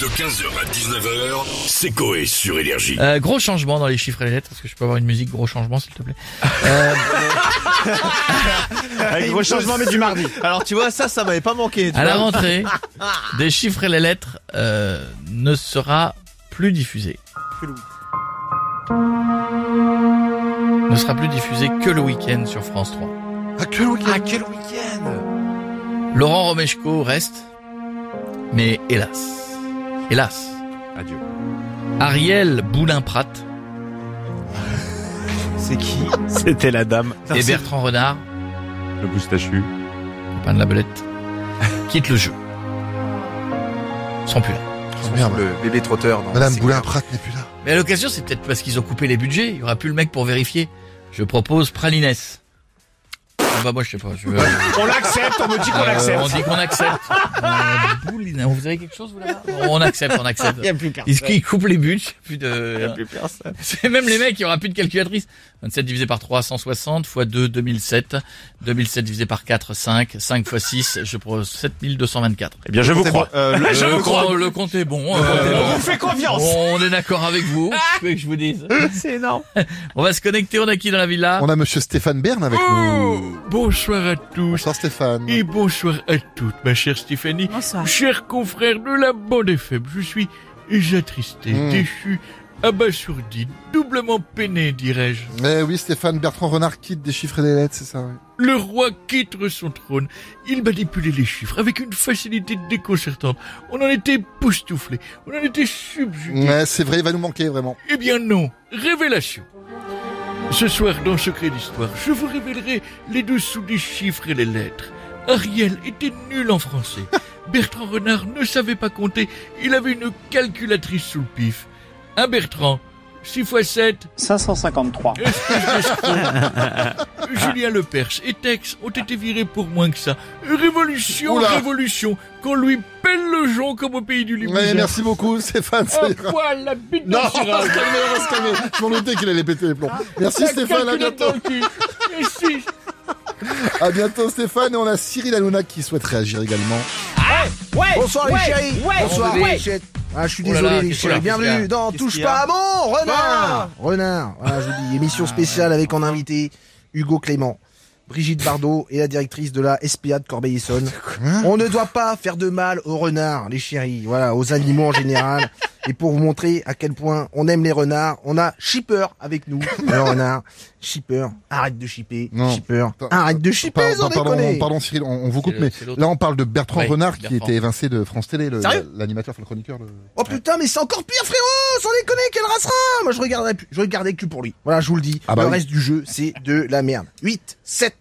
De 15h à 19h, c'est Coé sur Énergie. Euh, gros changement dans les chiffres et les lettres. Est-ce que je peux avoir une musique gros changement, s'il te plaît Euh, Avec vos changements, mais du mardi. Alors tu vois, ça, ça m'avait pas manqué. tu À la vois. rentrée, des chiffres et les lettres euh, ne sera plus diffusé. Ne sera plus diffusé que le week-end sur France 3. Ah, quel week-end Ah, quel week-end Laurent Romeshko reste, mais hélas, hélas, Adieu. Ariel Boulin-Prat C'est qui C'était la dame. et Bertrand Renard, Le moustachu. copain de la belette, quittent le jeu. Sans plus là. Merde. Le bébé trotteur. Dans Madame c'est- Boulin-Prat n'est plus là. Mais à l'occasion, c'est peut-être parce qu'ils ont coupé les budgets. Il y aura plus le mec pour vérifier. Je propose Pralines. Ah bah moi je sais pas. je veux- On l'accepte, on me dit qu'on Euh, l'accepte. on dit qu'on accepte. Euh, Bouline, vous avez quelque chose vous là On accepte, on accepte. a plus personne. Ils, ils coupent les buts, plus de. plus personne. C'est même les mecs, il y aura plus de calculatrice. 27 divisé par 3, 160 fois 2, 2007. 2007 divisé par 4, 5. 5 fois 6, je prends 7224. Eh bien, je vous C'est- crois. euh, le- je Euh, vous crois. con- Le compte est bon. euh, On vous fait confiance. on est d'accord avec vous. Qu'est-ce que vous voulez que je vous dise. C'est énorme. On va se connecter. On a qui dans la villa On a monsieur Stéphane Bern avec Oh, nous. Bonsoir à tous. Bonsoir Stéphane. Et bonsoir à toutes, ma chère Stéphanie. Bonsoir. Chers confrères de la bande FM, je suis attristé, Mm. déchu, abasourdi, doublement peiné, dirais-je. Eh oui, Stéphane, Bertrand Renard quitte des chiffres et des lettres, c'est ça, oui. Le roi quitte son trône. Il manipulait les chiffres avec une facilité déconcertante. On en était époustouflé. On en était subjugué. Ouais, c'est vrai, il va nous manquer vraiment. Eh bien non, révélation. Ce soir dans Secret d'Histoire, je vous révélerai les dessous des chiffres et les lettres. Ariel était nul en français. Bertrand Renard ne savait pas compter, il avait une calculatrice sous le pif. Un Bertrand, 6 x 7, 553. Ah. Julien Lepers et Tex ont été virés pour moins que ça. Révolution, Oula. révolution, qu'on lui pèle le jonc comme au pays du Ouais, Limousin. merci beaucoup Stéphane. Ah, Oh. c'est- poil, la bite de Non, on Syrah. va se calmer, on va se calmer. Je m'en doutais qu'il allait péter les Ah, plombs. Merci La Stéphane, à bientôt. calculatrice dans le cul. Et si, À bientôt Stéphane. Et on a Cyril Hanouna qui souhaite réagir également. Bonsoir les chéris Bonsoir les chéris ah, je suis Oh là désolé là, les qu'est-ce qu'on a, chéris, bienvenue dans Qu'est-ce Touche qu'il y a pas à mon renard Renard, voilà je vous dis, émission spéciale avec en invité Hugo Clément, Brigitte Bardot et la directrice de la SPA de Corbeil-Essonne. On ne doit pas faire de mal aux renards les chéris, voilà, aux animaux en général. Et pour vous montrer à quel point on aime les renards, on a Shipper avec nous, le renard. Shipper, arrête de shipper, Non. Shipper, Attends, arrête de shipper, Pardon, sans pardon, déconner pardon, Cyril, on, on vous coupe, C'est le- mais c'est l'autre. là on parle de Bertrand Ouais, Renard qui Bertrand. était évincé de France Télé, le- Sérieux l'animateur, enfin, le chroniqueur. le- Oh putain, mais c'est encore pire, frérot Sans déconner, quelle racera Moi, je regardais, plus- je regardais que pour lui. Voilà, je vous le dis. Ah bah le oui. reste du jeu, c'est de la merde. 8, 7,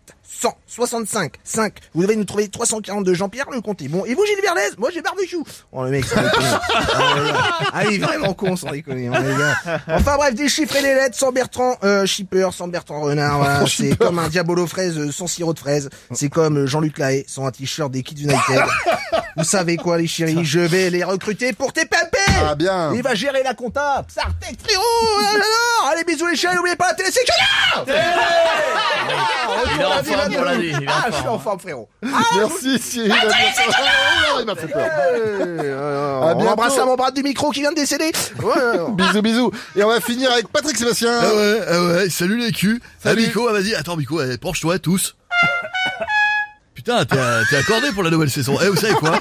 165, 5. Vous devez nous trouver 342. Jean-Pierre, le comptez. Bon, et vous, Gilles Verlaise Moi, j'ai barbecue. Oh, le mec, c'est un con. Ah, ouais, ouais. Ah, il est vraiment con, sans déconner. hein, les gars. Enfin, bref, des chiffres et des lettres sans Bertrand euh, Shipper, sans Bertrand Renard. Voilà, c'est comme un Diabolo fraise euh, sans sirop de fraise. C'est comme euh, Jean-Luc Lahaye sans un t-shirt des Kids United. Vous savez quoi, les chéris Je vais les recruter pour tes Eh, pépés Ah bien. Il va gérer la compta Sartek, frérot Oh là, là, là. Allez, bisous les chiens, n'oubliez pas la télé, c'est que là Ah, Il est en retourne la forme, vie, la vie. on l'a dit, il est en Ah, je suis forme. en forme, frérot Merci Cyril. à bientôt. Oh là, il m'a fait peur. À On Ah, bientôt. embrasse à mon bras du micro qui vient de décéder Bisous, bisous. Et on va finir avec Patrick Sébastien. Ah ouais, ah ouais, salut les culs. Salut. Ah Miko, ah vas-y, attends Miko, eh, penche-toi tous. Putain, t'es euh, t'es accordé pour la nouvelle saison. Eh, vous savez quoi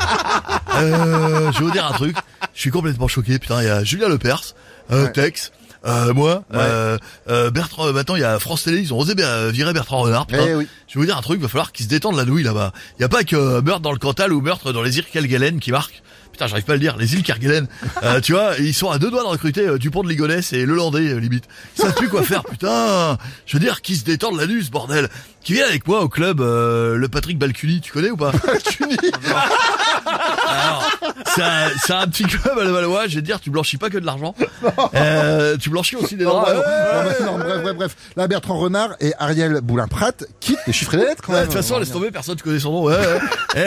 Euh, Je vais vous dire un truc. Je suis complètement choqué. Putain, il y a Julien Lepers, euh, Tex, euh, moi, euh, euh, Bertrand. euh, Maintenant, il y a France Télé. Ils ont osé euh, virer Bertrand Renard. Putain. Eh oui. Je vais vous dire un truc. Va falloir qu'ils se détendent la nouille là-bas. Il y a pas que euh, meurtre dans le Cantal ou meurtre dans les îles Kerguelen qui marque. Putain, j'arrive pas à le dire. Les îles Kerguelen. Euh, tu vois, ils sont à deux doigts de recruter euh, Dupont de Ligonnès et Lelandais euh, limite. Ça tue quoi faire, putain. Je veux dire, qui se détendent la nuit, ce bordel. Qui vient avec moi au club, euh, le Patrick Balcuni, tu connais ou pas alors, c'est un, c'est un petit club à la Valois, je vais te dire, tu blanchis pas que de l'argent. Euh, tu blanchis aussi des Non, droits. bah non. Non, bah non, bref, bref, bref. Là, Bertrand Renard et Ariel Boulin-Prat quittent les chiffres et les lettres quand Ouais, De même. toute façon, laisse tomber, personne ne connaît son nom. Ouais, ouais.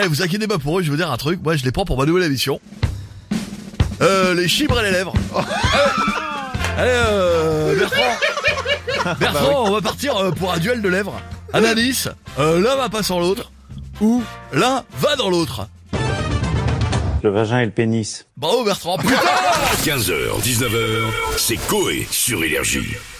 Eh, vous inquiétez pas pour eux, je veux dire un truc. Moi, je les prends pour ma nouvelle émission. Euh, les chibres et les lèvres. Allez, euh, Bertrand. Bertrand, on va partir euh, pour un duel de lèvres. Analyse, euh, l'un va pas sans l'autre. Ou l'un va dans l'autre. Le vagin et le pénis. Bravo Bertrand, putain 15h, 19h, c'est Coé sur Énergie.